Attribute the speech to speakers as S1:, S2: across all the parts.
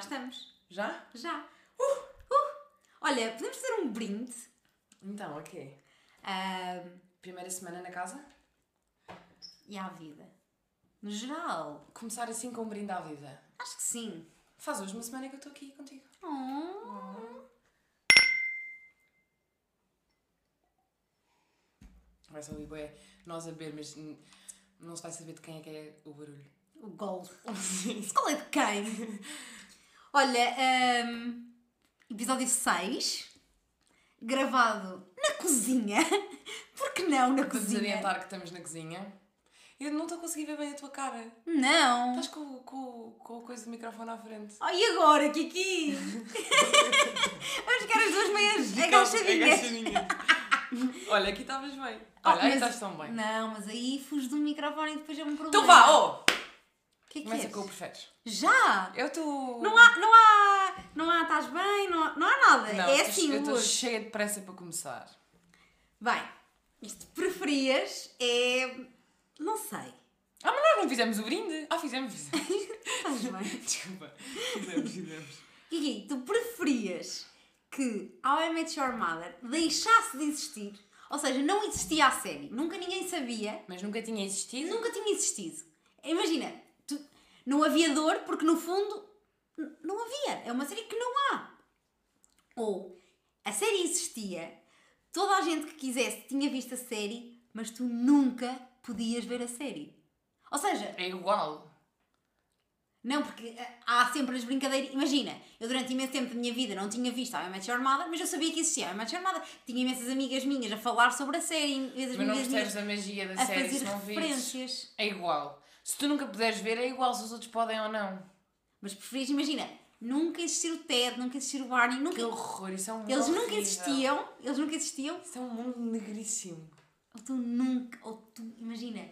S1: estamos.
S2: Já?
S1: Já. Uh, uh. Olha, podemos fazer um brinde.
S2: Então, ok.
S1: ahm,
S2: Primeira semana na casa?
S1: e à vida. No geral.
S2: Começar assim com um brinde à vida.
S1: Acho que sim.
S2: Faz hoje uma semana que eu estou aqui contigo.
S1: Oh.
S2: Vai só ouvir bué nós a beber, mas n- não se vai saber de quem é que é o barulho.
S1: O gol. Se qual é de quem? Olha, ahm, episódio 6, gravado na cozinha. Por que não na
S2: Para
S1: cozinha?
S2: desorientar que estamos na cozinha. Eu não estou a conseguir ver bem a tua cara.
S1: Não.
S2: Estás com, com, com a coisa do microfone à frente.
S1: Oh, e agora, Kiki? Vamos ficar as duas meias agachadinhas.
S2: Agachadinhas. É Olha, aqui estavas bem. Olha,
S1: Oh,
S2: aí
S1: mas-
S2: estás tão bem.
S1: Não, mas aí fujo do microfone e depois é um problema.
S2: Então vá, oh!
S1: O que é que
S2: Começa
S1: és?
S2: com o preferes.
S1: Já!
S2: Eu estou.
S1: Não há, não há, não há, estás bem, não há, não há nada.
S2: Não,
S1: é
S2: eu tô-
S1: assim
S2: Eu estou
S1: hoje.
S2: cheia de pressa para começar.
S1: Bem, isto preferias é. Não sei.
S2: Ah, mas nós não fizemos o brinde. Ah, fizemos, fizemos.
S1: Estás bem.
S2: Desculpa. Fizemos, fizemos.
S1: Kiki, é? tu preferias que How I Met Your Mother deixasse de existir? Ou seja, não existia a série, nunca ninguém sabia,
S2: Mas nunca tinha existido.
S1: nunca tinha existido. Imagina, tu- não havia dor porque no fundo n- não havia. É uma série que não há. Ou a série existia, toda a gente que quisesse tinha visto a série, mas tu nunca podias ver a série. Ou seja,
S2: É igual.
S1: não, porque ah, há sempre as brincadeiras. Imagina, eu durante imenso tempo da minha vida não tinha visto a I Met Your Mother, mas eu sabia que existia a I Met Your Mother. Tinha imensas amigas minhas a falar sobre a série, imensas
S2: Mas não
S1: amigas minhas
S2: percebes a magia da
S1: a
S2: série se
S1: fazer
S2: não vires.
S1: referências.
S2: É igual. Se tu nunca puderes ver, é igual se os outros podem ou não.
S1: Mas preferias, imagina, nunca existir o Ted, nunca existir o Barney, nunca...
S2: Que horror, isso é um mundo
S1: eles nunca
S2: horrível.
S1: existiam, eles nunca existiam,
S2: Isso é um mundo negríssimo.
S1: ou tu nunca, ou tu, imagina,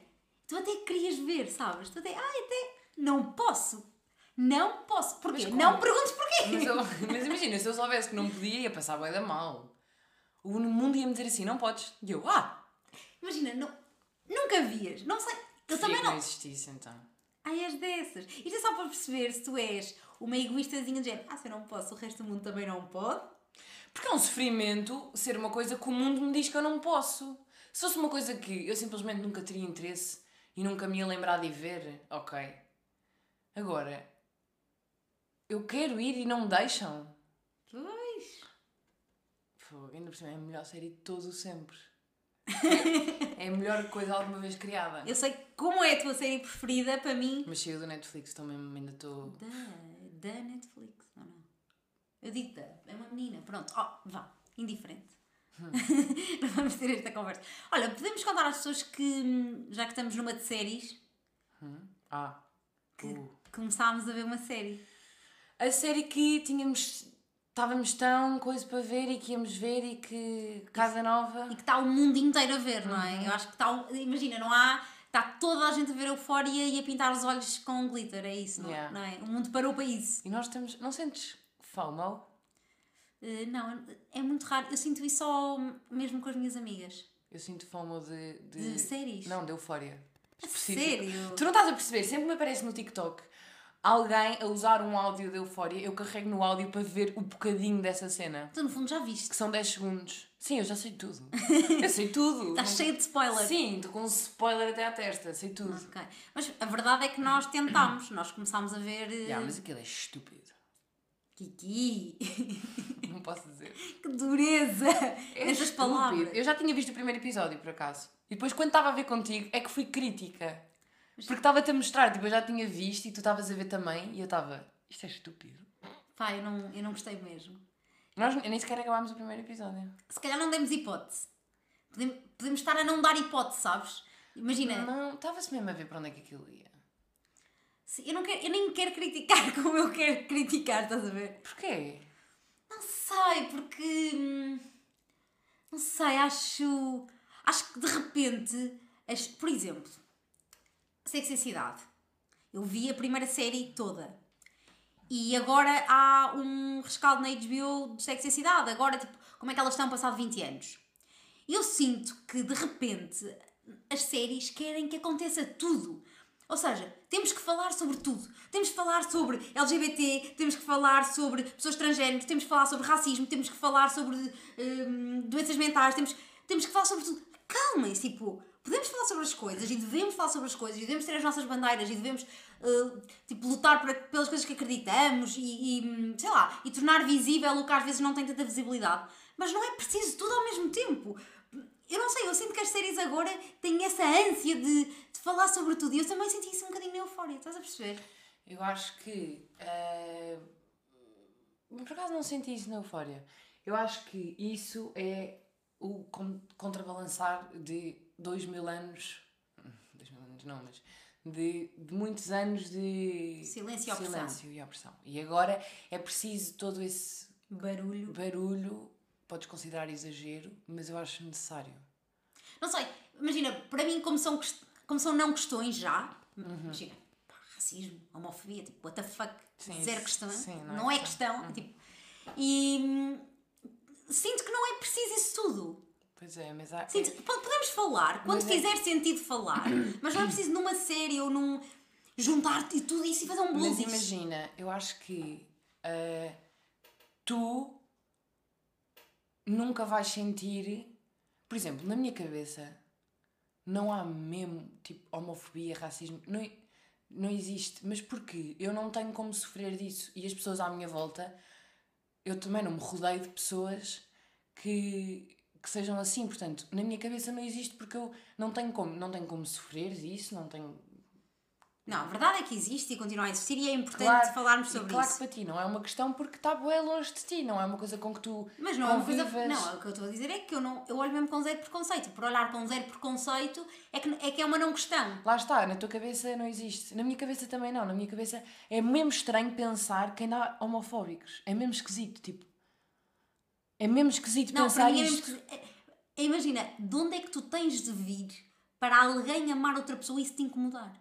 S1: tu até querias ver, sabes? Tu até, ai, até, não posso, não posso, porquê?
S2: como?
S1: Não perguntes porquê!
S2: Mas, eu- mas imagina, se eu soubesse que não podia, ia passar bué da mal. O mundo ia me dizer assim, não podes. E eu, ah!
S1: Imagina, não, nunca vias, não sei, eu
S2: Preferia
S1: também
S2: que
S1: não,
S2: não existisse então.
S1: ai, és dessas. Isto é só para perceber se tu és uma egoístazinha de género, ah, se eu não posso, o resto do mundo também não pode.
S2: Porque é um sofrimento ser uma coisa que o mundo me diz que eu não posso. Se fosse uma coisa que eu simplesmente nunca teria interesse e nunca me ia lembrar de ir ver, ok. Agora, eu quero ir e não me deixam.
S1: Pois,
S2: Fogo, ainda por cima, é a melhor série de todo o sempre. é a melhor coisa alguma vez criada.
S1: eu sei como é a tua série preferida, para mim...
S2: Mas saiu do Netflix, também ainda estou.
S1: Da, da Netflix, ou não? Eu digo da, é uma menina, pronto, ó, vá, indiferente.
S2: Hum.
S1: não vamos ter esta conversa. Olha, podemos contar às pessoas que, hum, já que estamos numa de séries,
S2: Ah. Uh.
S1: começámos a ver uma série.
S2: A série que tínhamos. Estávamos tão coisa para ver e que íamos ver e que. Casa Nova.
S1: E que está o mundo inteiro a ver, não
S2: Uhum.
S1: é? Eu acho que está, o- imagina, não há, está toda a gente a ver Eufória e a pintar os olhos com glitter, é isso, não,
S2: Yeah.
S1: não é? O mundo parou para isso.
S2: E nós estamos. Não sentes FOMO?
S1: Eh, não, é muito raro, eu sinto isso só mesmo com as minhas amigas.
S2: Eu sinto FOMO de.
S1: De séries?
S2: Hum. Não, de eufória. Específico.
S1: Sério?
S2: Tu não estás a perceber, sempre me aparece no TikTok alguém a usar um áudio de eufória, eu carrego no áudio para ver o bocadinho dessa cena.
S1: Tu no fundo já viste.
S2: Que são 10 segundos. Sim, eu já sei tudo. Eu sei tudo.
S1: Estás Tá cheio de spoilers.
S2: Sim, estou com um spoiler até à testa, sei tudo.
S1: Ok. Mas a verdade é que nós tentámos, nós começámos a ver. eh,
S2: Yeah, mas aquilo é estúpido.
S1: Kiki!
S2: Não posso dizer.
S1: que dureza! Essas
S2: É estúpido.
S1: palavras.
S2: Eu já tinha visto o primeiro episódio, por acaso. E depois, quando estava a ver contigo, é que fui crítica. Porque estava-te a mostrar, tipo, eu já tinha visto e tu estavas a ver também, e eu estava, isto é estúpido.
S1: Pá, eu não, eu não gostei mesmo.
S2: Nós nem sequer acabámos o primeiro episódio.
S1: Se calhar não demos hipótese. Podem- Podemos, estar a não dar hipótese, sabes? Imagina,
S2: Não, estava-se mesmo a ver para onde é que aquilo ia.
S1: se- eu, não quero, eu nem quero criticar como eu quero criticar, estás a ver?
S2: Porquê?
S1: Não sei, porque. hum, Não sei, acho. Acho que de repente. as- por exemplo, Sexo e Cidade. Eu vi a primeira série toda. E agora há um rescaldo na HBO de Sexo e Cidade. Agora, tipo, como é que elas estão passado 20 anos? Eu sinto que de repente as séries querem que aconteça tudo. Ou seja, temos que falar sobre tudo. Temos que falar sobre LGBT, temos que falar sobre pessoas transgéneros, temos que falar sobre racismo, temos que falar sobre hum, doenças mentais, temos, temos que falar sobre tudo. Calmem-se, tipo, podemos falar sobre as coisas e devemos falar sobre as coisas e devemos ter as nossas bandeiras e devemos, eh, tipo, lutar para- pelas coisas que acreditamos e, e, hum, sei lá, e tornar visível o que às vezes não tem tanta visibilidade. Mas não é preciso tudo ao mesmo tempo. Eu não sei, eu sinto que as séries agora têm essa ânsia de, de falar sobre tudo. E eu também senti isso um bocadinho na eufória, estás a perceber?
S2: Eu acho que. eh, por acaso não senti isso na euforia. Eu acho que isso é o con- contrabalançar de dois mil anos. Dois mil anos não, mas. De, de muitos anos de
S1: Silêncio e opressão.
S2: silêncio e opressão. E agora é preciso todo esse
S1: Barulho.
S2: barulho, podes considerar exagero, mas eu acho necessário.
S1: Não sei, imagina, para mim, como são, quest- como são não questões já, imagina, pá, racismo, homofobia, tipo, what the fuck,
S2: Sim,
S1: zero
S2: isso-
S1: questão,
S2: sim,
S1: não, é questão. Tipo, e hum, sinto que não é preciso isso tudo.
S2: Pois é, mas há.
S1: Sim, po- podemos falar quando
S2: Mas é-
S1: fizer sentido falar, mas não é preciso numa série ou num juntar-te tudo isso e fazer um
S2: Mas
S1: blues.
S2: imagina, eu acho que eh, tu nunca vais sentir. Por exemplo, na minha cabeça não há mesmo tipo homofobia, racismo, não, e- não existe. Mas porque eu não tenho como sofrer disso e as pessoas à minha volta, eu também não me rodeio de pessoas que, que sejam assim. Portanto, na minha cabeça não existe porque eu não tenho como, não tenho como sofrer disso, não tenho
S1: Não, a verdade é que existe e continua a existir e é importante
S2: Claro,
S1: falarmos
S2: e
S1: sobre
S2: claro
S1: isso.
S2: que para ti não é uma questão porque está bué longe de ti, não é uma coisa com que tu
S1: Mas não é uma coisa.
S2: convivas.
S1: Não, o que eu estou a dizer é que eu, não, eu olho mesmo com zero preconceito. Por olhar com zero preconceito é que é, que é uma não questão.
S2: Lá está, na tua cabeça não existe. Na minha cabeça também não. Na minha cabeça é mesmo estranho pensar que ainda há homofóbicos. É mesmo esquisito, tipo. É mesmo esquisito
S1: Não, para
S2: pensar
S1: mim é
S2: isto.
S1: mesmo. que- é- é- Imagina, de onde é que tu tens de vir para alguém amar outra pessoa e isso te incomodar?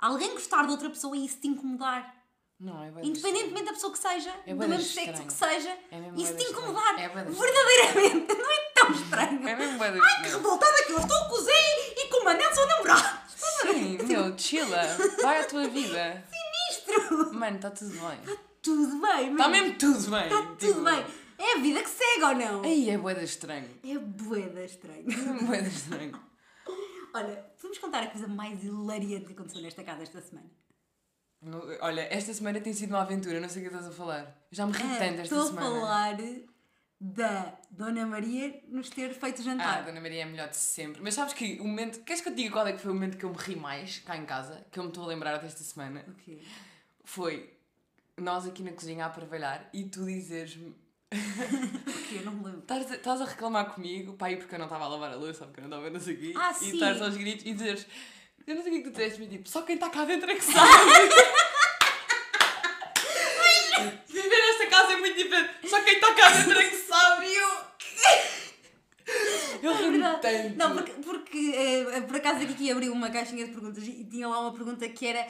S1: Alguém gostar de outra pessoa e isso te incomodar?
S2: Não, é bué
S1: Independentemente da pessoa que seja,
S2: É
S1: do
S2: bué
S1: mesmo
S2: estranho.
S1: sexo que seja,
S2: É mesmo
S1: isso
S2: bué
S1: te
S2: estranho.
S1: incomodar.
S2: É bué estranho.
S1: Verdadeiramente, não é tão estranho.
S2: estranho. É mesmo bué de
S1: Que
S2: estranho.
S1: revoltada que eu estou com o Zé e com o Manel são namorados.
S2: Sim, meu, chila. Vai à tua vida. Sinistro. Mano, está tudo bem.
S1: Tá Tudo bem, mas
S2: Está Tá mesmo tudo bem.
S1: Está tudo
S2: tipo.
S1: bem. É a vida que segue ou não?
S2: Aí é bué de estranho.
S1: É boeda estranho.
S2: É mesmo bué de estranho.
S1: Olha, vamos contar a coisa mais hilariante que aconteceu nesta casa esta semana.
S2: Não- Olha, esta semana tem sido uma aventura, não sei o que estás a falar. Já me ri
S1: É,
S2: tanto esta
S1: Estou a
S2: semana.
S1: falar da Dona Maria nos ter feito
S2: Ah, a
S1: jantar.
S2: Dona Maria é a melhor de sempre. Mas sabes que o momento. Queres que eu te diga qual é que foi o momento que eu me ri mais cá em casa? Que eu me estou a lembrar desta semana?
S1: O quê?
S2: Foi nós aqui na cozinha a trabalhar e tu dizes-me.
S1: Porque eu não me lembro.
S2: Estás a- estás a reclamar comigo, pai, porque eu não estava a lavar a louça, ou porque eu não estava não sei o quê.
S1: Ah,
S2: e
S1: sim.
S2: estás aos gritos e dizes. Eu não sei o que é que tu disseste-me, tipo, só quem está cá dentro é que sabe. Viver nesta casa é muito diferente. Só quem está cá dentro é que sabe. E eu. Eu ri tanto.
S1: É Não, porque, porque eh, por acaso a Kiki abriu uma caixinha de perguntas e tinha lá uma pergunta que era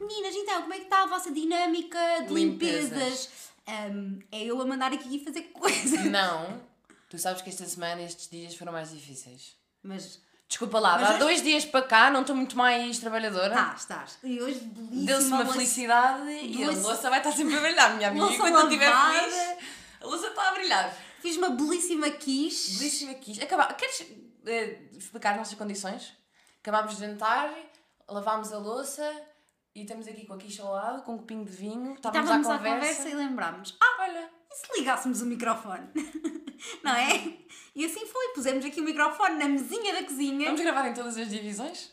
S1: Meninas, então, como é que está a vossa dinâmica de limpezas?
S2: Limpezas.
S1: Ahm, é eu a mandar a Kiki fazer coisas.
S2: Não. Tu sabes que esta semana, estes dias foram mais difíceis.
S1: Mas
S2: Desculpa lá,
S1: Mas
S2: há
S1: hoje-
S2: dois dias para cá, não estou muito mais trabalhadora.
S1: estás, tá, estás. E hoje belíssima
S2: Deu-se uma
S1: louça.
S2: felicidade e a
S1: Louça-
S2: louça vai estar sempre a brilhar, minha amiga.
S1: Louça
S2: Quando eu estiver
S1: lavada.
S2: feliz, a louça está a brilhar.
S1: Fiz uma belíssima quiche.
S2: Belíssima quis. Acabar. Queres eh, explicar as nossas condições? Acabámos de jantar, lavámos a louça e estamos aqui com a quiche ao lado, com um copinho de vinho. Estávamos,
S1: Estávamos
S2: à conversa.
S1: e lembrámos. Ah,
S2: Olha,
S1: e se ligássemos o microfone? Não é? E assim foi. Pusemos aqui o microfone na mesinha da cozinha.
S2: vamos gravar em todas as divisões?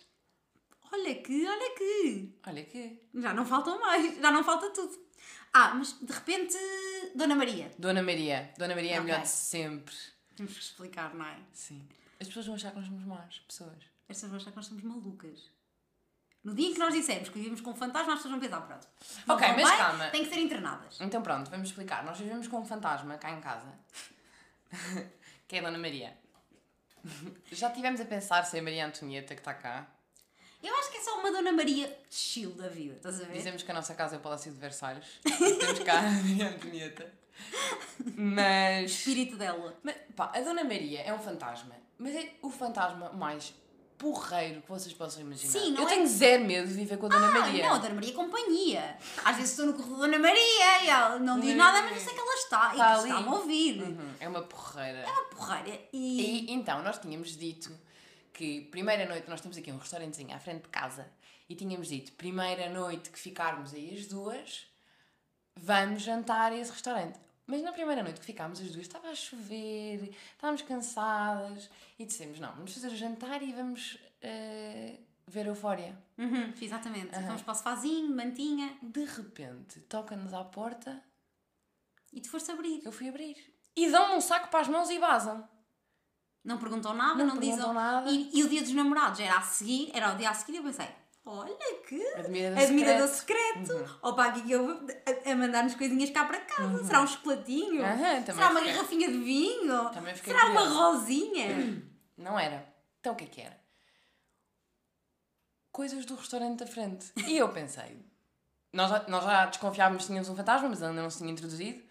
S1: Olha que, olha que.
S2: Olha que.
S1: Já não faltam mais. Já não falta tudo. Ah, mas de repente, Dona Maria.
S2: Dona Maria. Dona Maria é a melhor
S1: Ok.
S2: de sempre.
S1: Temos que explicar, não é?
S2: Sim. As pessoas vão achar que nós somos más pessoas.
S1: Estas vão achar que nós somos malucas. No dia em que nós dissemos que vivíamos com um fantasma, as pessoas vão pensar, pronto. não
S2: Ok,
S1: vão
S2: mas
S1: bem,
S2: calma.
S1: Têm que ser internadas.
S2: Então pronto, vamos explicar. Nós vivemos com um fantasma cá em casa, que é a Dona Maria. Já tivemos a pensar se é a Maria Antonieta que está cá.
S1: Eu acho que é só uma Dona Maria chill da vida, estás a ver?
S2: Dizemos que a nossa casa é o Palácio de Versalhes. e Temos cá a Maria Antonieta. Mas,
S1: Espírito dela.
S2: mas, pá, a Dona Maria é um fantasma, mas é o fantasma mais porreiro que vocês possam imaginar.
S1: Sim, não
S2: eu
S1: é-
S2: tenho zero medo de viver com a Dona
S1: Ah,
S2: Maria.
S1: não, a Dona Maria é companhia. Às vezes estou no corredor da Dona Maria e ela não diz nada, mas eu sei que ela está.
S2: Está
S1: e
S2: ali.
S1: que está-me a ouvir.
S2: Uhum, é uma porreira.
S1: Uma porreira. E...
S2: E então, nós tínhamos dito que primeira noite, nós temos aqui um restaurantezinho à frente de casa, e tínhamos dito, primeira noite que ficarmos aí as duas, vamos jantar a esse restaurante. Mas na primeira noite que ficámos as duas, estava a chover, estávamos cansadas, e dissemos, não, vamos fazer o jantar e vamos eh, ver a Eufória.
S1: Uhum, exatamente. Vamos para o sofazinho, mantinha.
S2: De repente, toca-nos à porta,
S1: E tu foste abrir.
S2: eu fui abrir. E dão-me um saco para as mãos e vazam.
S1: Não perguntou nada,
S2: Não
S1: Ah, não, dizem
S2: perguntou nada.
S1: E, e o dia dos namorados era a seguir, era o dia a seguir e eu pensei, olha que
S2: Admirador
S1: admirador
S2: É um secreto. Uhum.
S1: secreto. Ó pá, que eu a, a mandar-nos coisinhas cá para casa. Será um chocolatinho?
S2: Aham, também
S1: Será uma
S2: fiquei-
S1: garrafinha de vinho?
S2: Também fiquei
S1: Será uma
S2: curiosa.
S1: rosinha?
S2: Não era. Então o que é que era? Coisas do restaurante da frente. E eu pensei. Nós já, nós já desconfiávamos que tínhamos um fantasma, mas ainda não se tinha introduzido.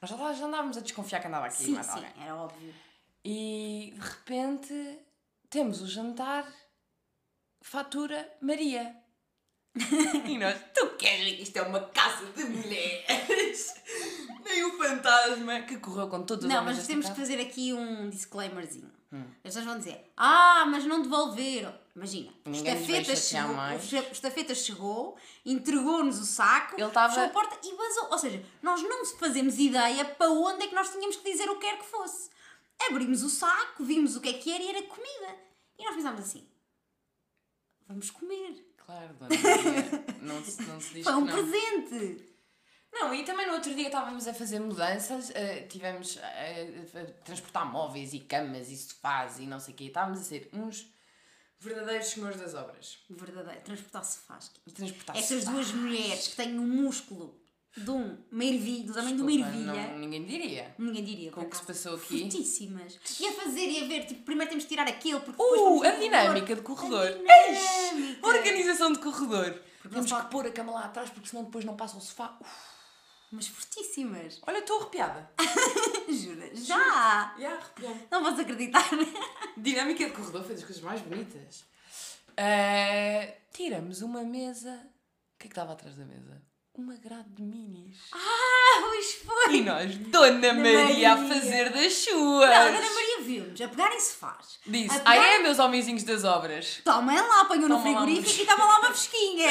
S2: Nós já, já andávamos a desconfiar que andava aqui.
S1: sim,
S2: mais
S1: sim,
S2: alguém.
S1: era óbvio.
S2: E de repente temos o jantar, fatura Maria. E nós, tu queres ver que isto é uma caça de mulheres? Nem o fantasma que correu com todos os
S1: Não,
S2: homens
S1: mas
S2: desta
S1: temos que
S2: casa.
S1: fazer aqui um disclaimerzinho.
S2: Hum.
S1: As pessoas vão dizer, ah, mas não devolveram. Imagina, o
S2: Ninguém nos vai
S1: estafeta
S2: chatear
S1: chegou,
S2: mais.
S1: o che- o estafeta chegou, entregou-nos o saco,
S2: Ele tava-
S1: fechou a porta e vazou. Ou seja, nós não nos fazemos ideia para onde é que nós tínhamos que dizer o que quer que fosse. Abrimos o saco, vimos o que é que era e era comida. E nós pensámos assim, vamos comer.
S2: Claro, dona Maria. Não se, não se diz
S1: Foi
S2: que
S1: um
S2: não.
S1: presente.
S2: Não, e também no outro dia estávamos a fazer mudanças, eh, tivemos eh, a transportar móveis e camas e sofás e não sei o quê. Estávamos a ser uns verdadeiros senhores das obras.
S1: Verdadeiro, transportar-se faz.
S2: Transportar
S1: Estas
S2: sofás.
S1: duas mulheres que têm um músculo de um, uma ervilha, do tamanho de uma
S2: Desculpa,
S1: ervilha.
S2: Não, ninguém diria.
S1: Ninguém diria.
S2: Com o
S1: por
S2: que se
S1: acaso.
S2: passou aqui.
S1: Fortíssimas. E a fazer e a ver, tipo, primeiro temos de tirar aquele, porque depois.
S2: Uh,
S1: vamos
S2: a
S1: no
S2: dinâmica de corredor.
S1: A
S2: Eis!
S1: dinâmica.
S2: Organização de corredor. Temos
S1: só-
S2: que pôr a cama lá atrás porque senão depois não passa o sofá. Uf,
S1: Mas fortíssimas.
S2: olha, estou arrepiada.
S1: Jura? Já!
S2: Já arrepiei.
S1: Não vais acreditar. né?
S2: Dinâmica de corredor foi das coisas mais bonitas. Eh, tiramos uma mesa. O que é que estava atrás da mesa? Uma grade de minis.
S1: Ah, pois foi!
S2: E nós, Dona Maria, a
S1: Maria.
S2: fazer das suas.
S1: Não, a Dona Maria viu-nos a pegarem sofás.
S2: Disse,
S1: A
S2: ai
S1: pegar...
S2: é, meus homenzinhos das obras.
S1: Tomem lá, apanhou no
S2: Toma lá,
S1: frigorífico e estava lá uma pesquinha.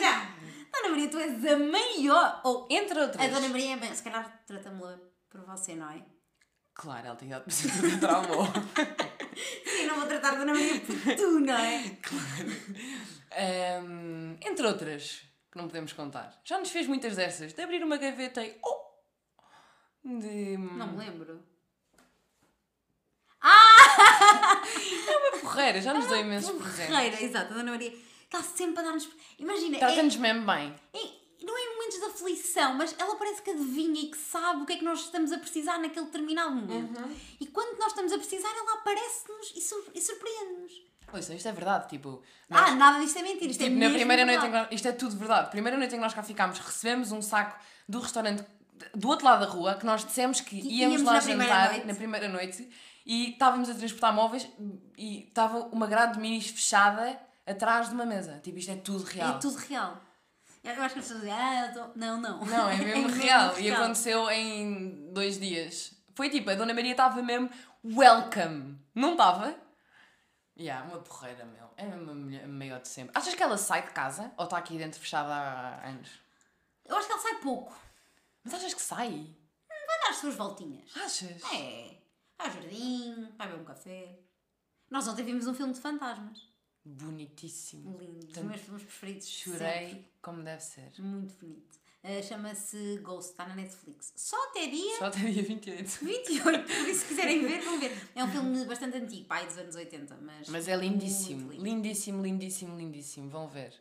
S1: não! Dona Maria, tu és a maior. Ou
S2: Entre outras.
S1: a Dona Maria, bem, se calhar trata-me-la por você, não é?
S2: Claro, ela tem dado presente de trauma.
S1: Eu não vou tratar a Dona Maria por tu, não é?
S2: Ehm, entre outras, que não podemos contar. Já nos fez muitas dessas. De abrir uma gaveta e... Oh! De...
S1: Não me lembro.
S2: Porreira, já nos deu imensos
S1: Ah,
S2: presentes.
S1: Ferreira, Um exato, a Dona Maria está sempre a dar-nos. Imagina, é,
S2: Trata-nos mesmo bem.
S1: é- não é em momentos de aflição, mas ela parece que adivinha e que sabe o que é que nós estamos a precisar naquele determinado momento.
S2: Uhum.
S1: E quando nós estamos a precisar, ela aparece-nos e, sur- e surpreende-nos.
S2: Ouça, isto é verdade, tipo...
S1: Ah, nada disto é mentira. Isto é
S2: Tipo, na
S1: mesmo
S2: primeira noite em
S1: verdade.
S2: que nós, isto é tudo verdade. Primeira noite em que nós cá ficámos, recebemos um saco do restaurante do outro lado da rua que nós dissemos que
S1: Que
S2: íamos,
S1: íamos
S2: lá
S1: na
S2: jantar
S1: primeira noite.
S2: na primeira noite e estávamos a transportar móveis e estava uma grade de minis fechada atrás de uma mesa. Tipo, isto é tudo real.
S1: É tudo real. Eu acho que as pessoas dizem, ah, eu tô... não, não.
S2: Não, é mesmo real. E aconteceu em dois dias. Foi tipo, a Dona Maria estava mesmo welcome. Não estava? Yeah, uma porreira, meu. É mesmo a mulher- a maior de sempre. Achas que ela sai de casa ou está aqui dentro fechada há anos?
S1: Eu acho que ela sai pouco.
S2: Mas achas que sai?
S1: Vai dar as suas voltinhas.
S2: Achas?
S1: É. Vai ao jardim, vai beber um café. Nós ontem vimos um filme de fantasmas.
S2: Bonitíssimo.
S1: Lindo. Dos
S2: Tanto
S1: meus filmes preferidos.
S2: Chorei
S1: sempre.
S2: como deve ser.
S1: Muito bonito. Eh, Chama-se Ghost, está na Netflix. Só até dia
S2: Só até dia 28.
S1: 28, por isso se quiserem ver, vão ver. É um filme bastante antigo, pai dos anos 80, mas.
S2: Mas é
S1: muito
S2: lindíssimo.
S1: lindo.
S2: Lindíssimo, lindíssimo, lindíssimo. Vão ver.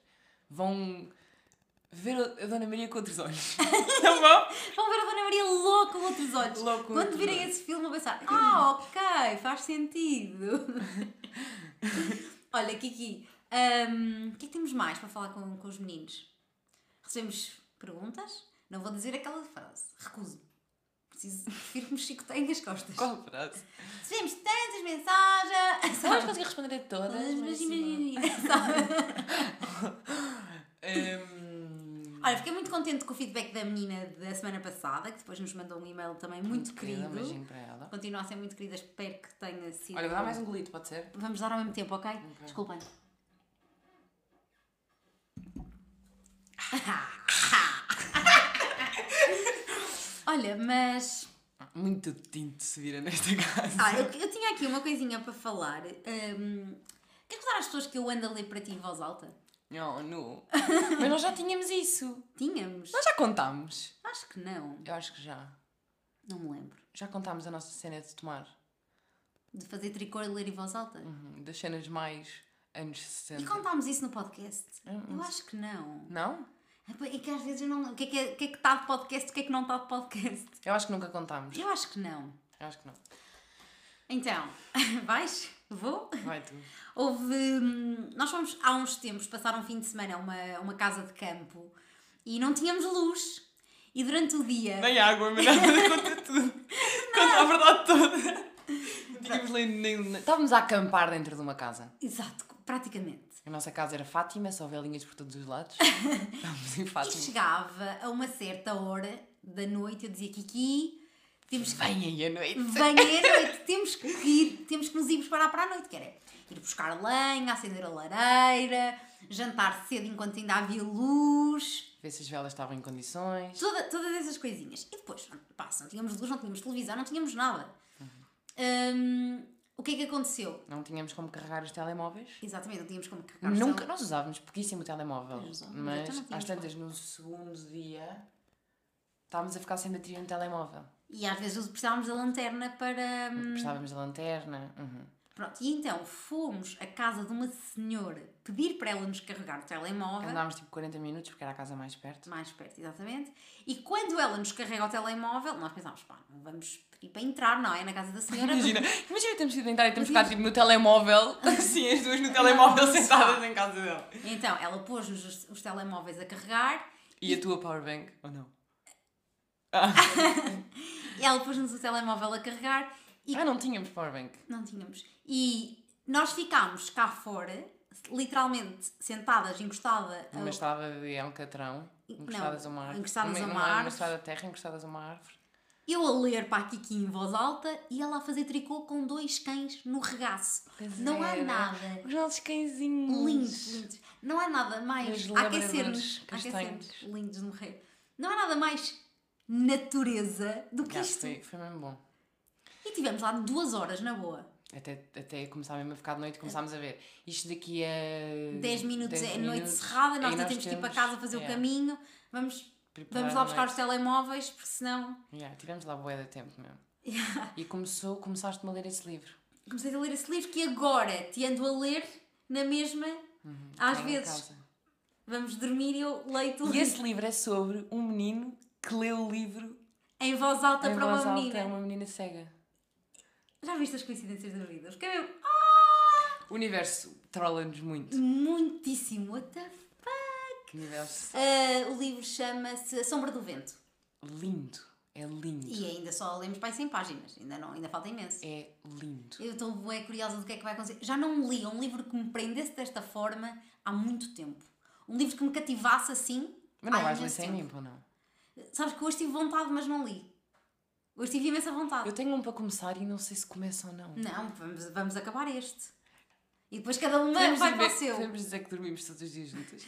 S2: Vão ver a Dona Maria com outros olhos. Tá Não vão?
S1: Vão ver a Dona Maria louca com outros olhos.
S2: Louca com
S1: Quando
S2: outros
S1: virem
S2: olhos.
S1: esse filme, vão pensar: ah, ok, faz sentido. Olha, Kiki, hum, o que é que temos mais para falar com, com os meninos? Recebemos perguntas, não vou dizer aquela frase, recuso. Preciso, prefiro que me chicoteiem as costas.
S2: Qual frase?
S1: Recebemos tantas mensagens.
S2: Não vais
S1: Sabes?
S2: conseguir responder a todas.
S1: Todas,
S2: mas
S1: mas
S2: sim.
S1: imagina, sabe?
S2: Hum,
S1: Olha, fiquei muito contente com o feedback da menina da semana passada, que depois nos mandou um e-mail também muito,
S2: querida,
S1: querido.
S2: beijinho para ela.
S1: Continua a ser muito querida, espero que tenha sido.
S2: Olha, vou dar mais um golito, pode ser?
S1: Vamos dar ao mesmo tempo, ok? Desculpem. Olha, mas.
S2: Muito tinto se vira nesta casa.
S1: Ah, eu, eu tinha aqui uma coisinha para falar. Hum, queres contar às pessoas que eu ando a ler para ti em voz alta?
S2: Não, nu. Oh, Mas nós já tínhamos isso.
S1: Tínhamos?
S2: Nós já contámos.
S1: Acho que não.
S2: Eu acho que já.
S1: Não me lembro.
S2: Já contámos a nossa cena de tomar.
S1: De fazer tricô e ler em voz alta?
S2: Uhum, Das cenas mais anos
S1: E
S2: 60.
S1: contámos isso no podcast? Eu acho que não.
S2: Não?
S1: É que às vezes eu não. O que é que, é, o que, é que está de podcast e o que é que não está de podcast?
S2: Eu acho que nunca contámos.
S1: Eu acho que não.
S2: Eu acho que não.
S1: Então, vais? Vou?
S2: Vai tu.
S1: Houve. hum, Nós fomos há uns tempos passar um fim de semana a uma, a uma casa de campo e não tínhamos luz. E durante o dia.
S2: Nem água, mas nada conta tudo. Conta a verdade toda. Não tínhamos lido nem. nem- Estávamos a acampar dentro de uma casa.
S1: Exato, praticamente.
S2: A nossa casa era Fátima, só velhinhas por todos os lados. Estávamos em
S1: E
S2: Fátima.
S1: chegava a uma certa hora da noite, eu dizia Kiki, temos que.
S2: Vem aí à noite.
S1: Venha à noite, temos que ir, temos que nos ir preparar para a noite, que era ir buscar lenha, acender a lareira, jantar cedo enquanto ainda havia luz.
S2: Ver se as velas estavam em condições.
S1: Toda- todas essas coisinhas. E depois, pá, se não tínhamos luz, não tínhamos televisão, não tínhamos nada. Hum, o que é que aconteceu?
S2: Não tínhamos como carregar os telemóveis.
S1: Exatamente, não tínhamos como carregar os
S2: Nunca, nós usávamos pouquíssimo o telemóvel.
S1: Nós usávamos,
S2: Mas
S1: então não
S2: às
S1: tínhamos
S2: tantas, no segundo dia, estávamos a ficar sem bateria no telemóvel.
S1: E às vezes precisávamos da lanterna para. hum,
S2: Precisávamos da lanterna. Uhum.
S1: Pronto, e então fomos à casa de uma senhora pedir para ela nos carregar o telemóvel.
S2: Andámos tipo 40 minutos, porque era a casa mais perto.
S1: Mais perto, exatamente. E quando ela nos carrega o telemóvel, nós pensámos, pá, não vamos pedir para entrar, não é? Na casa da senhora.
S2: Imagina, imagina temos ido entrar e temos ficado tipo no telemóvel, assim, as duas no telemóvel sentadas em casa dela.
S1: Então, ela pôs-nos os, os telemóveis a carregar,
S2: E a tua powerbank, ou não?
S1: ela pôs-nos o telemóvel a carregar e
S2: Ah, não tínhamos powerbank.
S1: não tínhamos. E nós ficámos cá fora, literalmente sentadas, encostada
S2: Uma
S1: ao-
S2: estava a um catrão, encostadas a uma árvore.
S1: encostadas
S2: uma,
S1: a uma
S2: uma
S1: árvore.
S2: encostada à terra, encostadas a uma árvore.
S1: eu a ler para a Kiki em voz alta e ela a fazer tricô com dois cães no regaço.
S2: Pois
S1: não há
S2: é, não é?
S1: nada.
S2: Os nossos cãezinhos.
S1: lindos, lindos. Não há nada mais.
S2: Os
S1: a Aquecer-nos.
S2: labradores
S1: a aquecer-nos.
S2: castanhos.
S1: Lindos de morrer. Não há nada mais natureza do que é
S2: Já,
S1: isto.
S2: foi, foi mesmo bom.
S1: E tivemos lá duas horas na boa.
S2: Até, até começar mesmo a ficar de noite, começámos a ver. Isto daqui a.
S1: 10 minutos
S2: dez
S1: é noite
S2: minutos,
S1: cerrada,
S2: e
S1: nós ainda temos que ir para casa fazer
S2: yeah,
S1: o caminho. Vamos,
S2: preparar
S1: vamos lá
S2: a
S1: buscar
S2: é. noite.
S1: os telemóveis, porque senão.
S2: Yeah, tivemos lá boa de tempo mesmo. E começou, começaste-me a ler esse livro.
S1: Comecei a ler esse livro que agora te ando a ler na mesma. Às
S2: cá em
S1: vezes
S2: casa.
S1: vamos dormir e eu leio tudo
S2: um E esse livro é sobre um menino que lê o livro
S1: em voz alta
S2: em
S1: para
S2: voz
S1: uma
S2: alta
S1: menina.
S2: a uma menina cega.
S1: Já viste as coincidências da vida? Fiquei mesmo.
S2: O universo trola-nos muito.
S1: Muitíssimo. What the fuck?
S2: Que universo
S1: Ah, o livro chama-se A Sombra do Vento.
S2: lindo. É lindo.
S1: E ainda só lemos para aí 100 páginas. Ainda, não, ainda falta imenso.
S2: É lindo.
S1: Eu estou bem curiosa do que é que vai acontecer. Já não li um livro que me prendesse desta forma há muito tempo. Um livro que me cativasse assim.
S2: Mas não
S1: há
S2: vais ler
S1: imenso
S2: sem
S1: tempo.
S2: limpo, não?
S1: Sabes que hoje tive vontade, mas não li. Hoje tive imensa vontade.
S2: Eu tenho um para começar e não sei se começa ou não.
S1: Não, vamos, vamos acabar este. E depois cada uma
S2: Podemos
S1: vai para o
S2: dizer-
S1: seu.
S2: Podemos dizer que dormimos todos os dias juntas.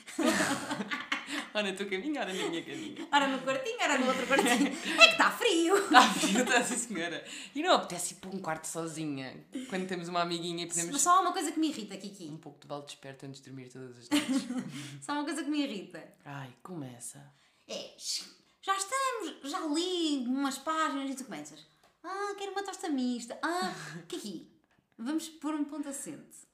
S2: ora no teu caminho, ora na minha caminha.
S1: Ora no quartinho, ora no outro quartinho. É que está frio.
S2: Ah, filho, está sim, senhora. E não apetece ir para um quarto sozinha quando temos uma amiguinha e
S1: Mas
S2: podemos
S1: só há uma coisa que me irrita, Kiki.
S2: um pouco de balde desperto antes de dormir todas as noites.
S1: Só uma coisa que me irrita.
S2: Ai, começa.
S1: É, já estamos, já li umas páginas e tu começas. Ah, quero uma tosta mista. Ah, Kiki, vamos pôr um ponto assente.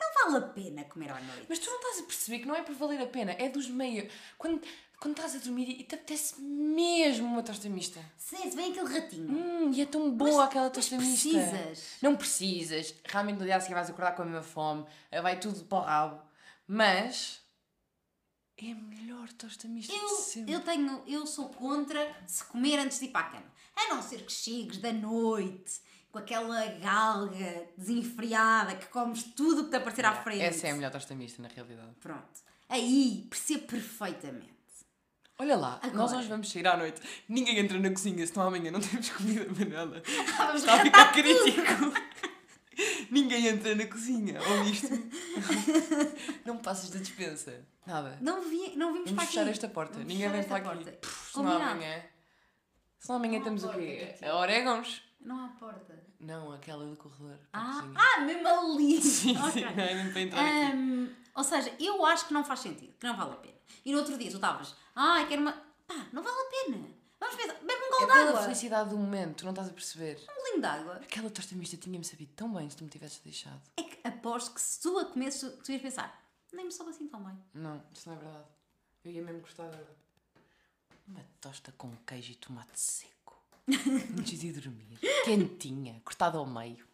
S1: Não vale a pena comer à noite.
S2: Mas tu não estás a perceber que não é por valer a pena, é dos meio. Quando, quando estás a dormir e te apetece mesmo uma tosta mista.
S1: Se vem aquele ratinho.
S2: Hum, e é tão boa aquela tosta mista.
S1: Precisas.
S2: Não precisas. Realmente no dia a seguir vais acordar com a mesma fome, eh, vai tudo para o rabo. Mas É a melhor tosta mista de
S1: Eu,
S2: sempre.
S1: eu tenho, eu sou contra se comer antes de ir para a cama. A não ser que chegues da noite com aquela galga desenfreada que comes tudo o que te aparecer à frente.
S2: Essa é a melhor tosta mista, na realidade.
S1: Pronto. Aí percebo perfeitamente.
S2: Olha lá, nós
S1: Agora.
S2: hoje vamos sair à noite. Ninguém entra na cozinha, senão amanhã não temos comida para nada.
S1: Vamos
S2: Está a
S1: ratar
S2: Ah, ficar um crítico. Ninguém entra na cozinha, ouviste? não passas da dispensa. Nada.
S1: Não, vi, não vimos
S2: Vamos
S1: para
S2: fechar
S1: aqui.
S2: esta porta.
S1: Vamos
S2: Ninguém
S1: fechar
S2: vem
S1: esta
S2: para aqui.
S1: porta.
S2: Pff, Senão
S1: Combinado.
S2: amanhã. Senão amanhã
S1: Não há
S2: temos o
S1: porta
S2: quê?
S1: aqui.
S2: Orégãos?
S1: Não há porta.
S2: Não, aquela do corredor. para a
S1: Ah,
S2: cozinha.
S1: ah mesmo ali.
S2: Sim,
S1: Ok.
S2: sim, não é mesmo para entrar aqui.
S1: Hum, ou seja, eu acho que não faz sentido, que não vale a pena. E no outro dia tu estavas, ai, quero uma. Pá, não vale a pena. Vamos pensar, bebe um
S2: É
S1: gol de
S2: pela
S1: água.
S2: felicidade do momento, tu não estás a perceber.
S1: Um golinho de água.
S2: Aquela torta mista tinha-me sabido tão bem se tu me tivesses deixado.
S1: É que aposto que se tu a comesses, tu, tu ias pensar, nem me soube assim tão bem.
S2: Não, isso não é verdade. Eu ia mesmo gostar dela. Uma tosta com queijo e tomate seco. Antes de dormir. Quentinha, cortada ao meio.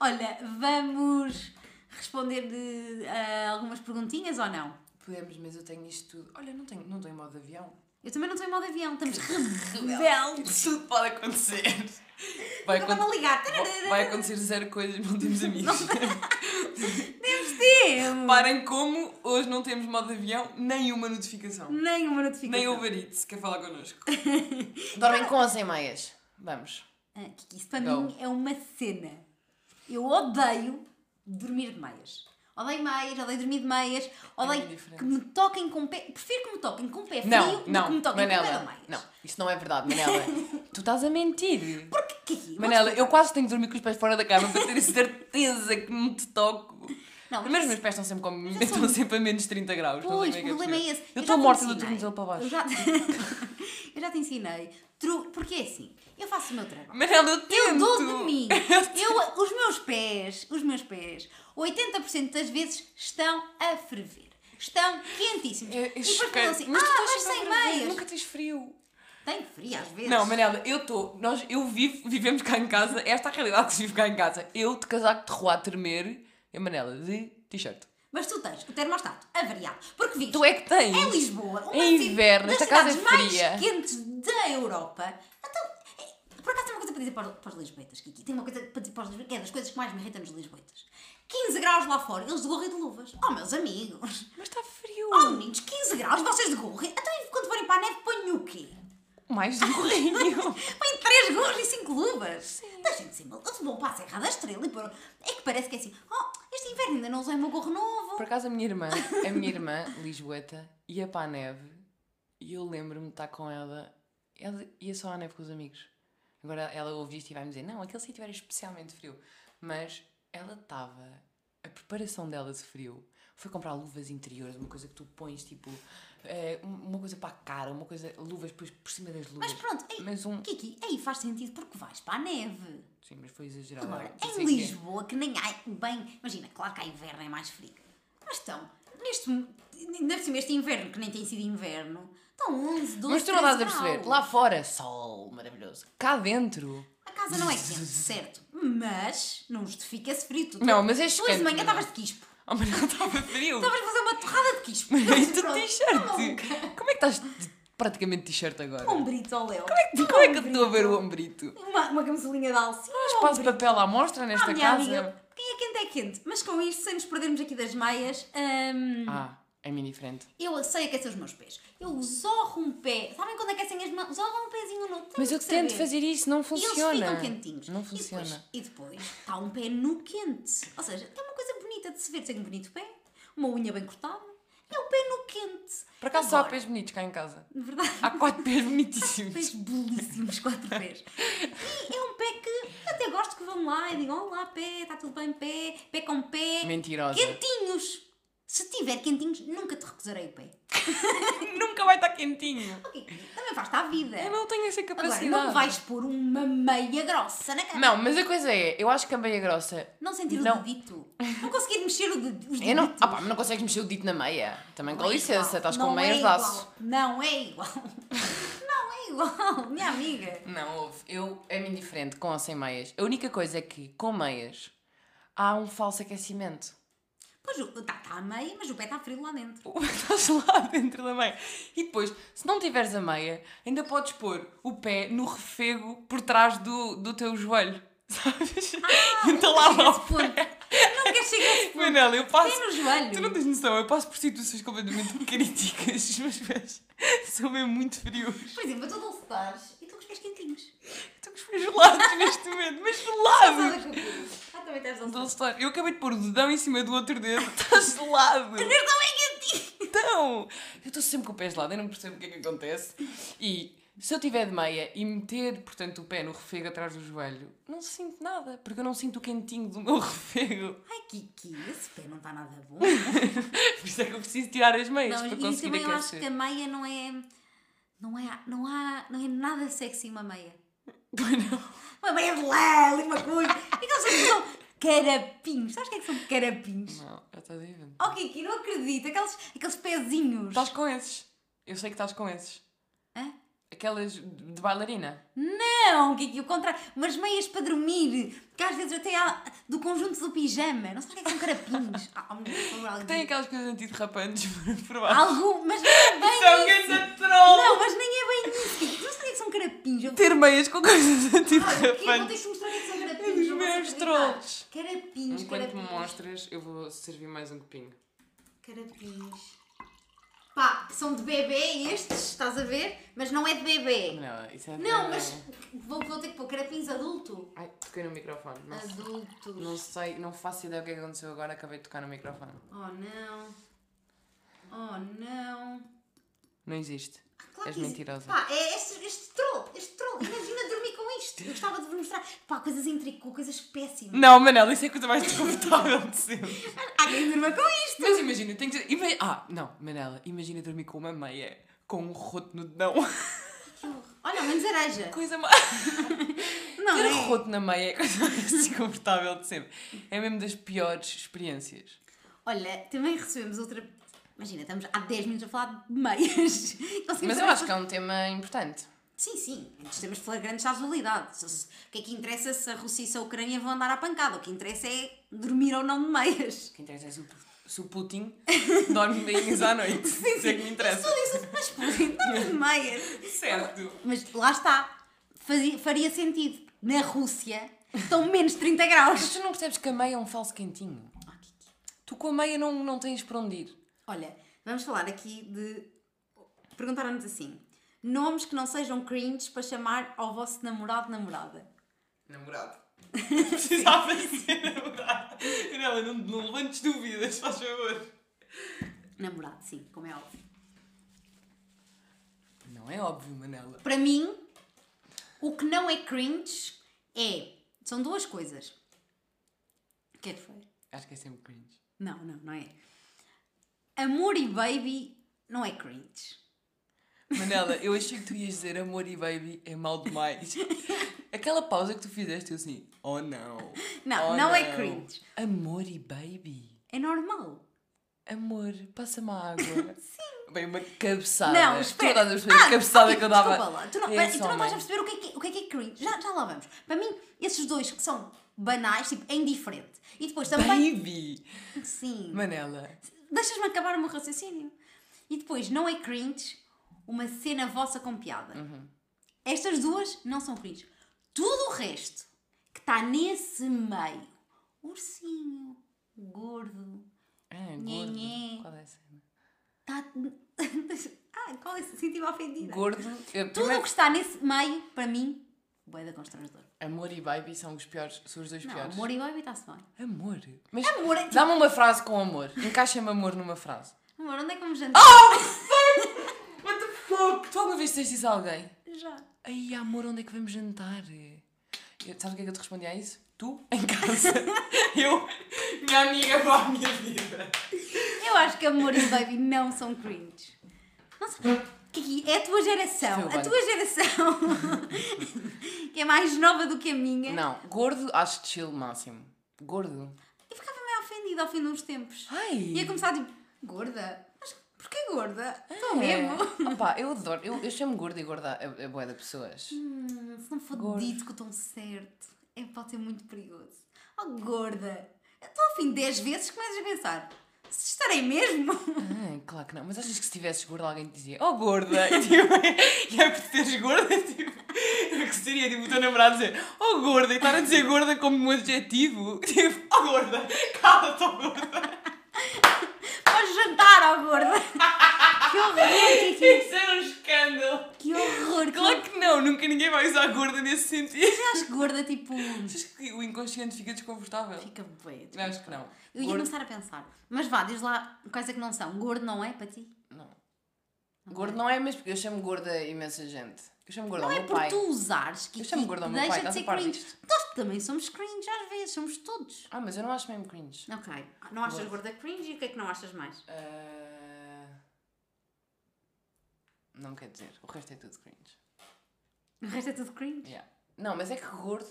S1: Olha, vamos responder de, a algumas perguntinhas ou não?
S2: Podemos, mas eu tenho isto tudo. Olha, não tenho, não tenho modo de avião.
S1: Eu também não estou em modo avião, estamos rebeldes.
S2: Tudo pode acontecer. Vai,
S1: Agora vão
S2: acon-
S1: ligar.
S2: vai acontecer zero coisas, não temos amigos.
S1: Temos
S2: Reparem como hoje não temos modo de avião, nem uma notificação.
S1: nem uma notificação.
S2: Nem o Barito se quer falar connosco. Dormem com ou sem meias? Vamos.
S1: Ah, Kiki, isso para
S2: Go.
S1: mim é uma cena. Eu odeio dormir de meias. Odeio meias, odeio dormir de meias,
S2: É muito
S1: odeio
S2: diferente.
S1: que me toquem com pé. Prefiro que me toquem com pé frio
S2: É Não,
S1: do
S2: não,
S1: que me toquem com pé de
S2: Manela.
S1: meias.
S2: Não, isso não é verdade, Manela. tu estás a mentir.
S1: Porque, Kiki, vou-
S2: Manela, eu quase tenho que dormir com os pés fora da cama para ter a certeza que não te toco.
S1: Não,
S2: Primeiro, os
S1: mas-
S2: meus pés estão sempre, com,
S1: já são-
S2: estão sempre a menos 30 graus. não sei
S1: Pois, o
S2: como que
S1: problema é
S2: possível.
S1: esse.
S2: Eu assim,
S1: já
S2: estou
S1: te
S2: morta do
S1: ensinei.
S2: tornozelo para baixo.
S1: Eu já, eu já te ensinei. Tru... Porque é assim, eu faço o meu trabalho.
S2: Manela, eu tento.
S1: Eu dou de mim.
S2: Eu tento.
S1: Eu, os meus pés, os meus pés, 80% das vezes estão a ferver. Estão quentíssimos.
S2: Eu- eu
S1: e depois
S2: choquei.
S1: ficam assim,
S2: é tu
S1: ah,
S2: estás
S1: mas
S2: sempre
S1: sem
S2: a ferver,
S1: meias.
S2: Nunca tens frio.
S1: Tenho frio às vezes.
S2: Não, Manela, eu estou. Nós, eu vivo, vivemos cá em casa, esta é a realidade que se vive cá em casa. Eu de casaco de rua a tremer, e a Manela de t-shirt.
S1: Mas tu tens o termostato avariado. Porque viste,
S2: Tu é que tens.
S1: em Lisboa, uma
S2: É
S1: ci-
S2: inverno,
S1: das
S2: esta casa é
S1: cidades
S2: fria.
S1: mais quentes da Europa. Então, é- por acaso tem uma coisa para dizer para os, para os lisboetas, Kiki. Tem uma coisa para dizer para os lisboetas, que é das coisas que mais me irritam nos lisboetas. 15 graus lá fora, eles de gorro e de luvas. Oh, meus amigos.
S2: Mas está frio.
S1: Oh, meninos, 15 graus, vocês de gorro. Então, e quando forem para a neve, ponham o quê?
S2: Mais de um rio.
S1: Põem 3 gorros e 5 luvas. Então, Deixem de ser mal. Eles vão para a Serra da Estrela e pôr... É que parece que é assim, oh, este inverno ainda não usei o meu gorro novo.
S2: Por acaso, a minha irmã, a minha irmã, Lisboeta, ia para a neve e eu lembro-me de estar com ela. Ela ia só à neve com os amigos. Agora ela ouve isto e vai-me dizer: Não, aquele sítio era especialmente frio. Mas ela estava. A preparação dela de frio foi comprar luvas interiores, uma coisa que tu pões tipo. eh, uma coisa para a cara, uma coisa. luvas depois por cima das luvas.
S1: Mas pronto, aí,
S2: Mas um.
S1: Kiki, aí faz sentido porque vais para a neve.
S2: Sim, mas foi exagerado.
S1: Agora,
S2: Não sei
S1: em
S2: o quê.
S1: Lisboa, que nem há bem. Imagina, claro que há inverno, é mais frio. Mas estão, neste. Ainda por cima, este inverno, que nem tem sido inverno, então, estão 11, 12
S2: Mas tu não estás a
S1: 13
S2: perceber.
S1: graus.
S2: Lá fora, sol maravilhoso. Cá dentro.
S1: A casa não é quente, certo? Mas não justifica-se frio. Tu,
S2: Não, mas é
S1: tu hoje de
S2: chocante,
S1: manhã
S2: não.
S1: estavas de quispo.
S2: Oh, mas não estava frio.
S1: Estavas a fazer uma torrada de quispo.
S2: E tu
S1: Pronto,
S2: de
S1: tá maluco.
S2: t-shirt. Como é que estás de- praticamente de t-shirt agora?
S1: Um brito ao Léo.
S2: Como é que eu estou a ver o ombrito?
S1: Uma, uma camisolinha de alcinha.
S2: Passo papel à mostra
S1: Ah,
S2: nesta
S1: minha
S2: casa?
S1: amiga, quem é quente é quente. Mas com isto, sem nos perdermos aqui das meias, hum,
S2: Ah, é mini diferente.
S1: eu sei aquecer os meus pés. Eu zorro um pé. Sabem quando aquecem as mãos? Zorro um pezinho no outro.
S2: Mas eu
S1: Temos que
S2: tento
S1: saber.
S2: fazer isso, não
S1: E eles
S2: funciona.
S1: ficam quentinhos.
S2: Não
S1: E
S2: funciona.
S1: depois- E depois está um pé nu quente. Ou seja, é uma coisa bonita de se ver. Tem um bonito pé, uma unha bem cortada. É um pé nu quente.
S2: Por acaso só há
S1: Agora,
S2: pés bonitos cá em casa.
S1: De verdade.
S2: Há quatro pés
S1: Pés
S2: bonitíssimos.
S1: belíssimos, quatro pés. E é um pé que até gosto que vão lá e digam: Olá, pé, está tudo bem, pé, pé com pé.
S2: Mentirosa.
S1: Quentinhos! Se tiver quentinhos, nunca te recusarei o pé.
S2: Nunca vai estar quentinho.
S1: Ok, Também faz-te à vida.
S2: Eu não tenho essa
S1: Agora,
S2: capacidade.
S1: não vais pôr uma meia grossa na cama.
S2: Não, mas a coisa é, eu acho que a meia grossa
S1: Não sentir o
S2: Não.
S1: dedito. Não conseguir mexer o ded- os deditos.
S2: Eu não, ah pá, mas não consegues mexer o dito na meia. Também com
S1: Não é
S2: licença,
S1: igual.
S2: estás
S1: Não
S2: com meias
S1: é
S2: de aço.
S1: igual. Não é igual. Não é igual, minha amiga.
S2: Não, houve. Eu é-me indiferente é com ou sem meias. A única coisa é que com meias há um falso aquecimento.
S1: Pois, está tá a meio, mas o pé está frio lá dentro.
S2: Estás lá dentro da meia. E depois, se não tiveres a meia, ainda podes pôr o pé no refego por trás do, do teu joelho. Sabes?
S1: Ah,
S2: então
S1: não
S2: lá
S1: quero chegar a
S2: lá.
S1: esse ponto. Não quero chegar a esse ponto.
S2: Manela, eu passo.
S1: Pé no
S2: Tu não
S1: joelho.
S2: tens noção, eu passo por situações completamente críticas. Os meus pés são mesmo muito frios.
S1: Por exemplo, eu estou a dulcepares e estou com os pés quentinhos.
S2: Estou com os pés gelados neste momento, mas gelados!
S1: Sabe o que eu fiz? Ah, também estás a
S2: Tá Então,
S1: dulcepares.
S2: se- Eu acabei de pôr o dedão em cima do outro dedo, está gelado!
S1: Mas também quentinho.
S2: Então, eu estou sempre com o pé gelado, eu não percebo o que é que acontece. E se eu tiver de meia e meter, portanto, o pé no refego atrás do joelho, não sinto nada, porque eu não sinto o quentinho do meu refego.
S1: Ai, Kiki, esse pé não está nada bom.
S2: Por isso é que eu preciso tirar as meias
S1: Não,
S2: É para
S1: e
S2: conseguir
S1: também eu acho que a
S2: aquecer.
S1: meia não é. Não é, não há, não é nada sexy uma meia. é- Uma meia de lã, uma coisa. E que eles são carapinhos. Sabes o que é que são carapinhos?
S2: Não, já estás a ver.
S1: Oh, Kiki, não acredito. Aqueles, aqueles pezinhos.
S2: Estás com esses. Eu sei que estás com esses.
S1: Hã?
S2: Aquelas de bailarina.
S1: Não, Kiki, o contrário. Umas meias para dormir. Que às vezes até há do conjunto do pijama. Não sabes o que é que são carapinhos. Ah, meu Deus, por algum-
S2: Tem aquelas coisas antiderrapantes por- por baixo.
S1: Algum, mas não é bem
S2: São
S1: isso.
S2: ganda um troll!
S1: Não, mas nem é bem isso, Kiki. Tu não sabes o que é que são carapinhos. Eu
S2: Ter meias com coisas tipo
S1: Olha, Kiki, vou ter
S2: antiderrapantes.
S1: Ah, que mostrar o que é que são
S2: É
S1: carapinhos.
S2: dos
S1: não vais
S2: meus
S1: acreditar.
S2: trolls.
S1: Carapinhos,
S2: Enquanto me
S1: carapinhos.
S2: mostras, eu vou servir mais um copinho.
S1: Carapinhos. Pá, são de bebê estes, estás a ver? Mas não é de bebê.
S2: Não, isso é
S1: Não, mas vou, vou ter que pôr carapinhos adulto.
S2: Ai, toquei no microfone. Não,
S1: Adultos.
S2: não sei, não faço ideia o que é que aconteceu agora, acabei de tocar no microfone.
S1: Oh não. Oh não.
S2: Não existe.
S1: Ah, claro
S2: És
S1: que existe.
S2: mentirosa.
S1: Pá, é este, este troll, este troll. Imagina dormir com isto. Eu gostava de vos mostrar. Pá, coisas em tricô, coisas péssimas.
S2: Não, Manela, isso é a coisa mais desconfortável de sempre.
S1: Há quem durma com isto.
S2: Mas imagina, tem que ser. ima- Ah, não, Manela, imagina dormir com uma meia, com um roto no dedão.
S1: Que horror. Olha, ao menos areja.
S2: Coisa mais.
S1: Não,
S2: Ter
S1: é?
S2: roto na meia é a coisa mais desconfortável de sempre. É mesmo das piores experiências.
S1: Olha, também recebemos outra. Imagina, estamos há 10 minutos a falar de meias.
S2: Mas eu acho que é um tema importante.
S1: Sim, sim. Antes temos de falar grandes da dualidade. Se- se- O que é que interessa se a Rússia e se a Ucrânia vão andar à pancada? O que interessa é dormir ou não de meias.
S2: O que interessa é se o, se o Putin dorme bem à noite. Isso é que me
S1: Só
S2: interessa.
S1: disse, mas podem dormir de meias.
S2: Certo.
S1: Mas lá está. Fazia- faria sentido. Na Rússia estão menos 30 graus.
S2: Mas tu não percebes que a meia é um falso quentinho?
S1: Oh, Kiki.
S2: Tu com a meia não, não tens para onde ir.
S1: Olha, vamos falar aqui de. Perguntaram-nos assim: nomes que não sejam cringe para chamar ao vosso namorado, namorada.
S2: Namorado. Precisava ser namorado. Ela, não, não levantes dúvidas, faz favor.
S1: Namorado, sim, como é óbvio.
S2: Não é óbvio, Manela.
S1: Para mim, o que não é cringe é. São duas coisas. O que é que foi?
S2: Acho que é sempre cringe.
S1: Não, não, não é. Amor e baby não é cringe.
S2: Manela, eu achei que tu ias dizer amor e baby é mal demais. Aquela pausa que tu fizeste, eu assim, oh não.
S1: Não,
S2: Oh,
S1: não é cringe.
S2: Amor e baby.
S1: É normal.
S2: Amor, passa-me a água. Sim. Bem, uma cabeçada.
S1: Não, espera.
S2: Ah,
S1: Ah,
S2: Tu não dás a perceber a cabeçada
S1: ok,
S2: que eu dava.
S1: Desculpa lá. Tu não,
S2: a
S1: mas
S2: esse
S1: tu não
S2: homem.
S1: vais a perceber o que, é que, o que é que é cringe. Já, já lá vamos. Para mim, esses dois que são banais, tipo, é indiferente. E depois também.
S2: Baby!
S1: Sim.
S2: Manela.
S1: Deixas-me acabar o meu raciocínio. E depois, não é cringe uma cena vossa com piada.
S2: Uhum.
S1: Estas duas não são cringe. Tudo o resto que está nesse meio, ursinho, gordo,
S2: Ah,
S1: Nhe,
S2: gordo.
S1: nhe.
S2: Qual é a cena?
S1: está. ah, qual é? Senti-me ofendida.
S2: Gordo. eu-
S1: Tudo
S2: primeiro,
S1: o que está nesse meio, para mim, bué da constrangedor.
S2: Amor e baby são os piores, são os dois
S1: Não,
S2: piores.
S1: amor e baby está-se bem.
S2: Amor. Mas
S1: Amor é tipo-
S2: dá-me uma frase com amor. Encaixa-me amor numa frase.
S1: Amor, onde é que vamos jantar?
S2: Ah! What the fuck? Tu alguma vez disseste isso a alguém?
S1: Já.
S2: Ai, amor, onde é que vamos jantar? Eu, sabes o que é que eu te respondi a isso? Tu, em casa. eu, minha amiga para a minha vida.
S1: Eu acho que amor e baby não são cringe. Não sei. Kiki, é a tua
S2: Foi
S1: geração.
S2: bem.
S1: A tua geração. que é mais nova do que a minha.
S2: Não, gordo acho chill máximo. Gordo. é
S1: Eu ficava meio ofendida ao fim de uns tempos.
S2: Ai.
S1: Ia começar tipo, gorda? Mas porquê gorda? Estou mesmo.
S2: É. Opá, eu adoro, eu, eu chamo gorda e gorda é, é boa de pessoas.
S1: Hum, se não for
S2: Gordo.
S1: dito que eu estou certo, é pode ser muito perigoso. Oh, gorda. Então, ao fim de 10 vezes, começas a pensar: se estarei mesmo?
S2: Ah, claro que não. Mas achas que se estivesses gorda alguém te dizia, oh gorda, e, tipo, e é por teres gorda, tipo, eu gostaria tipo, o teu namorado dizer, oh gorda, e estar a dizer gorda como um adjetivo, tipo, oh gorda, cala-te, oh gorda.
S1: Vais jantar, ó gorda! Que horror, Kiki!
S2: Isso era um escândalo.
S1: Que horror! Que...
S2: Claro que não, nunca ninguém vai usar gorda nesse sentido.
S1: Eu acho que gorda, tipo.
S2: Achas que o inconsciente fica desconfortável?
S1: Fica bué. tipo,
S2: Eu acho que não.
S1: Eu ia
S2: Gordo-
S1: começar a pensar. Mas vá, diz lá quais é que não são. Gordo não é para ti?
S2: Não. Gordo não é mesmo, porque eu chamo gorda imensa gente. Eu chamo gorda
S1: Não
S2: ao
S1: é
S2: meu
S1: por
S2: pai.
S1: tu usares, Kiki.
S2: Eu chamo gordo ao meu
S1: deixa
S2: pai,
S1: de
S2: estás a
S1: ser
S2: par
S1: cringe.
S2: disto.
S1: Nós também somos cringe às vezes, somos todos.
S2: Ah, mas eu não acho mesmo cringe.
S1: Ok. Ah, Não achas
S2: Gordo.
S1: gorda cringe e o que é que não achas mais?
S2: Ah, Não quer dizer, o resto é tudo cringe.
S1: O resto é tudo cringe.
S2: Yeah. Não, mas é que gordo,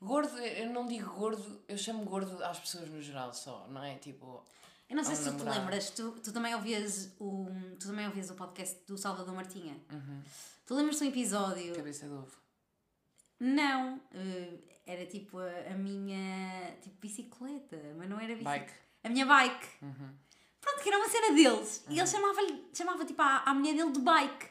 S2: gordo, eu não digo gordo, eu chamo gordo às pessoas no geral só, não é? Tipo,
S1: Eu não sei
S2: Ao
S1: se tu te
S2: namorado.
S1: lembras, tu, tu também ouvias o, tu também ouvias o podcast do Salvador Martinha.
S2: Uhum.
S1: Tu lembras-te um episódio?
S2: cabeça de ovo. É
S1: Não, eh, era tipo a, a minha tipo, bicicleta, mas não era bicicleta.
S2: Bike. Uhum.
S1: A minha bike. Pronto, que era uma cena deles. E ele chamava, chamava tipo à, à mulher dele de bike.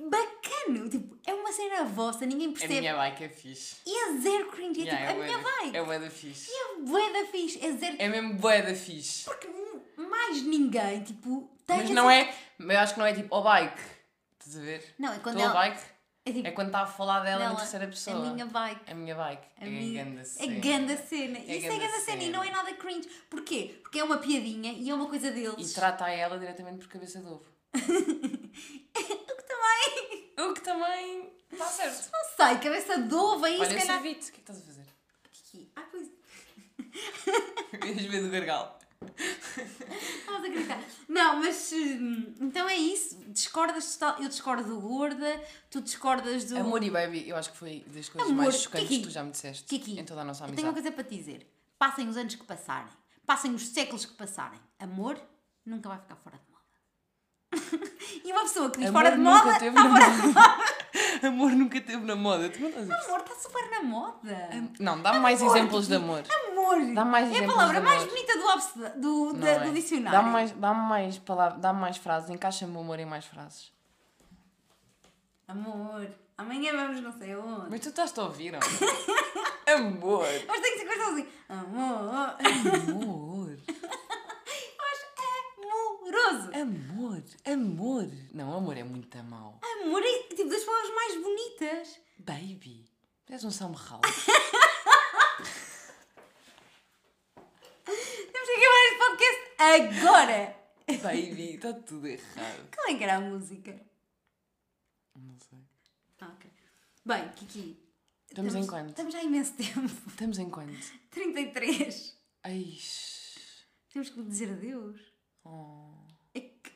S1: Bacano! Tipo, é uma cena vossa, ninguém
S2: A
S1: percebe.
S2: minha bike Uhum. é fixe.
S1: E é zero cringe, é
S2: Yeah,
S1: tipo, a
S2: bué
S1: minha
S2: da-
S1: bike.
S2: É bué da fixe.
S1: É bué da fixe, é zero
S2: É mesmo bué da fixe.
S1: porque n- mais ninguém, tipo, tem
S2: Mas
S1: essa-
S2: não é, eu acho que não é tipo, ó bike, estás a ver?
S1: Não, é quando
S2: Tua
S1: ela-
S2: bike,
S1: É tipo,
S2: é quando está a falar dela,
S1: dela,
S2: em terceira pessoa.
S1: A minha bike.
S2: A minha bike.
S1: A
S2: é
S1: minha-
S2: ganda
S1: é
S2: cena.
S1: ganda cena.
S2: É
S1: Isso é
S2: ganda
S1: ganda cena e
S2: cena.
S1: não é nada cringe. Porquê? Porque é uma piadinha e é uma coisa
S2: E
S1: deles.
S2: trata a ela diretamente por cabeça de ovo.
S1: O que também.
S2: O que também está certo.
S1: Não sei, cabeça de ovo aí,
S2: Olha,
S1: se
S2: eu
S1: calhar.
S2: servi-te. O que é que estás a fazer?
S1: Kiki, Ai, pois.
S2: Ias ver do gargalo.
S1: Estavas a gritar. Não, mas. hum, Então é isso. Discordas total. Eu discordo do gorda, tu discordas do.
S2: Amor e Baby, eu acho que foi das coisas
S1: Amor,
S2: mais chocantes que
S1: Kiki.
S2: tu já me disseste
S1: Kiki,
S2: em toda a nossa
S1: Eu tenho uma
S2: amizade.
S1: coisa para te dizer. Passem os anos que passarem, passem os séculos que passarem. Amor nunca vai ficar fora de moda. e uma pessoa que diz
S2: Amor
S1: fora de
S2: nunca
S1: moda.
S2: teve
S1: está
S2: na
S1: fora de moda.
S2: Amor nunca teve na moda. Tu não estás a
S1: Amor está super na moda.
S2: perceber? Não, dá-me mais
S1: Amor,
S2: exemplos de
S1: Kiki.
S2: amor.
S1: Amor!
S2: Dá mais
S1: é a
S2: exemplos
S1: palavra
S2: de
S1: mais
S2: amor.
S1: bonita do, obs- do,
S2: Não
S1: da-
S2: é?
S1: do dicionário.
S2: Dá-me mais, dá mais, palavra, dá mais frases, encaixa-me o amor em mais frases.
S1: Amor, amanhã vamos não sei onde. Mas,
S2: Mas tu estás-te a ouvir, amor. amor.
S1: tem que ser coisa assim. Amor.
S2: Amor.
S1: é Amoroso.
S2: Amor. Amor. Não, amor é muito mau.
S1: Amor é tipo das palavras mais bonitas.
S2: Baby, tu és um salmerral.
S1: Temos que acabar este podcast agora.
S2: Baby, está tudo errado.
S1: Qual é que era a música?
S2: Não sei.
S1: Ah, ok. Bem, Kiki.
S2: Estamos em quanto?
S1: Estamos há imenso tempo.
S2: Estamos em quanto?
S1: 33.
S2: Ai.
S1: Temos que dizer adeus.
S2: Oh.
S1: É que-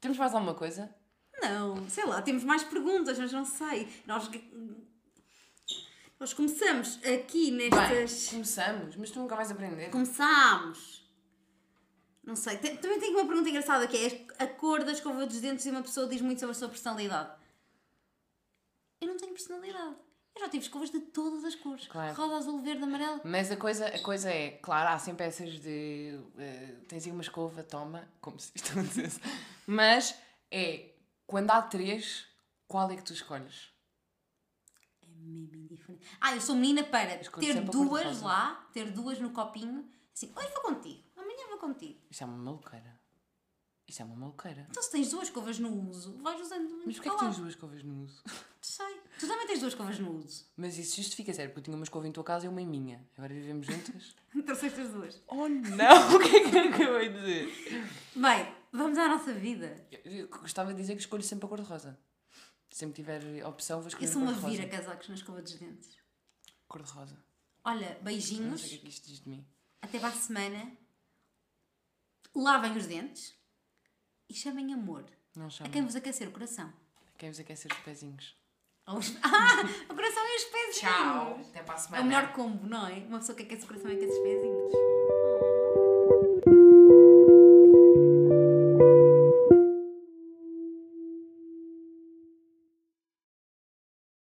S2: Temos mais alguma coisa?
S1: Não, sei lá, temos mais perguntas, mas não sei. Nós, nós começamos aqui nestas.
S2: Começamos, mas tu nunca vais aprender.
S1: Começámos. Não sei. Tem- Também tenho uma pergunta engraçada que é a cor da escova dos dentes de uma pessoa diz muito sobre a sua personalidade. Eu não tenho personalidade. Eu já tive escovas de todas as cores.
S2: Claro.
S1: Rosa, azul, verde, amarelo.
S2: Mas a coisa, a coisa é, claro, há sempre essas de. eh, tens aí uma escova, toma, como se isto não dissesse. Mas é, quando há três, qual é que tu escolhes?
S1: É mesmo indiferente. Ah, eu sou menina para
S2: Escolho
S1: ter
S2: sempre a cor de
S1: duas
S2: rosa.
S1: lá, ter duas no copinho. Assim, hoje vou contigo, amanhã vou contigo.
S2: Isto é uma maluqueira. Isto é uma maluqueira.
S1: Então se tens duas escovas no uso, vais usando. Tá
S2: Mas porquê é que tens duas escovas no uso?
S1: Sei. Tu também tens duas escovas no uso.
S2: Mas isso justifica, sério, porque eu tinha uma escova em tua casa e uma em minha. Agora vivemos juntas.
S1: Trouxeste as duas.
S2: oh não! O que é que eu acabei de dizer?
S1: Bem, vamos à nossa vida.
S2: Eu, eu gostava de dizer que escolho sempre a cor-de-rosa. Sempre que tiver opção, vou
S1: Eu
S2: escolher
S1: sou uma
S2: a cor-de-rosa.
S1: vira casacos na escova dos dentes.
S2: Cor-de-rosa.
S1: Olha,
S2: Eu Não
S1: beijinhos.
S2: sei o que é que isto diz de mim.
S1: Até para a semana. Lavem os dentes. E chamem amor.
S2: Não
S1: A
S2: chama.
S1: quem vos aquecer o coração.
S2: Quem vos aquecer os pezinhos.
S1: Ou os- Ah, o coração e os pezinhos.
S2: Até para a
S1: É o melhor combo, não é? Uma pessoa que aquece o coração e aquece os pezinhos.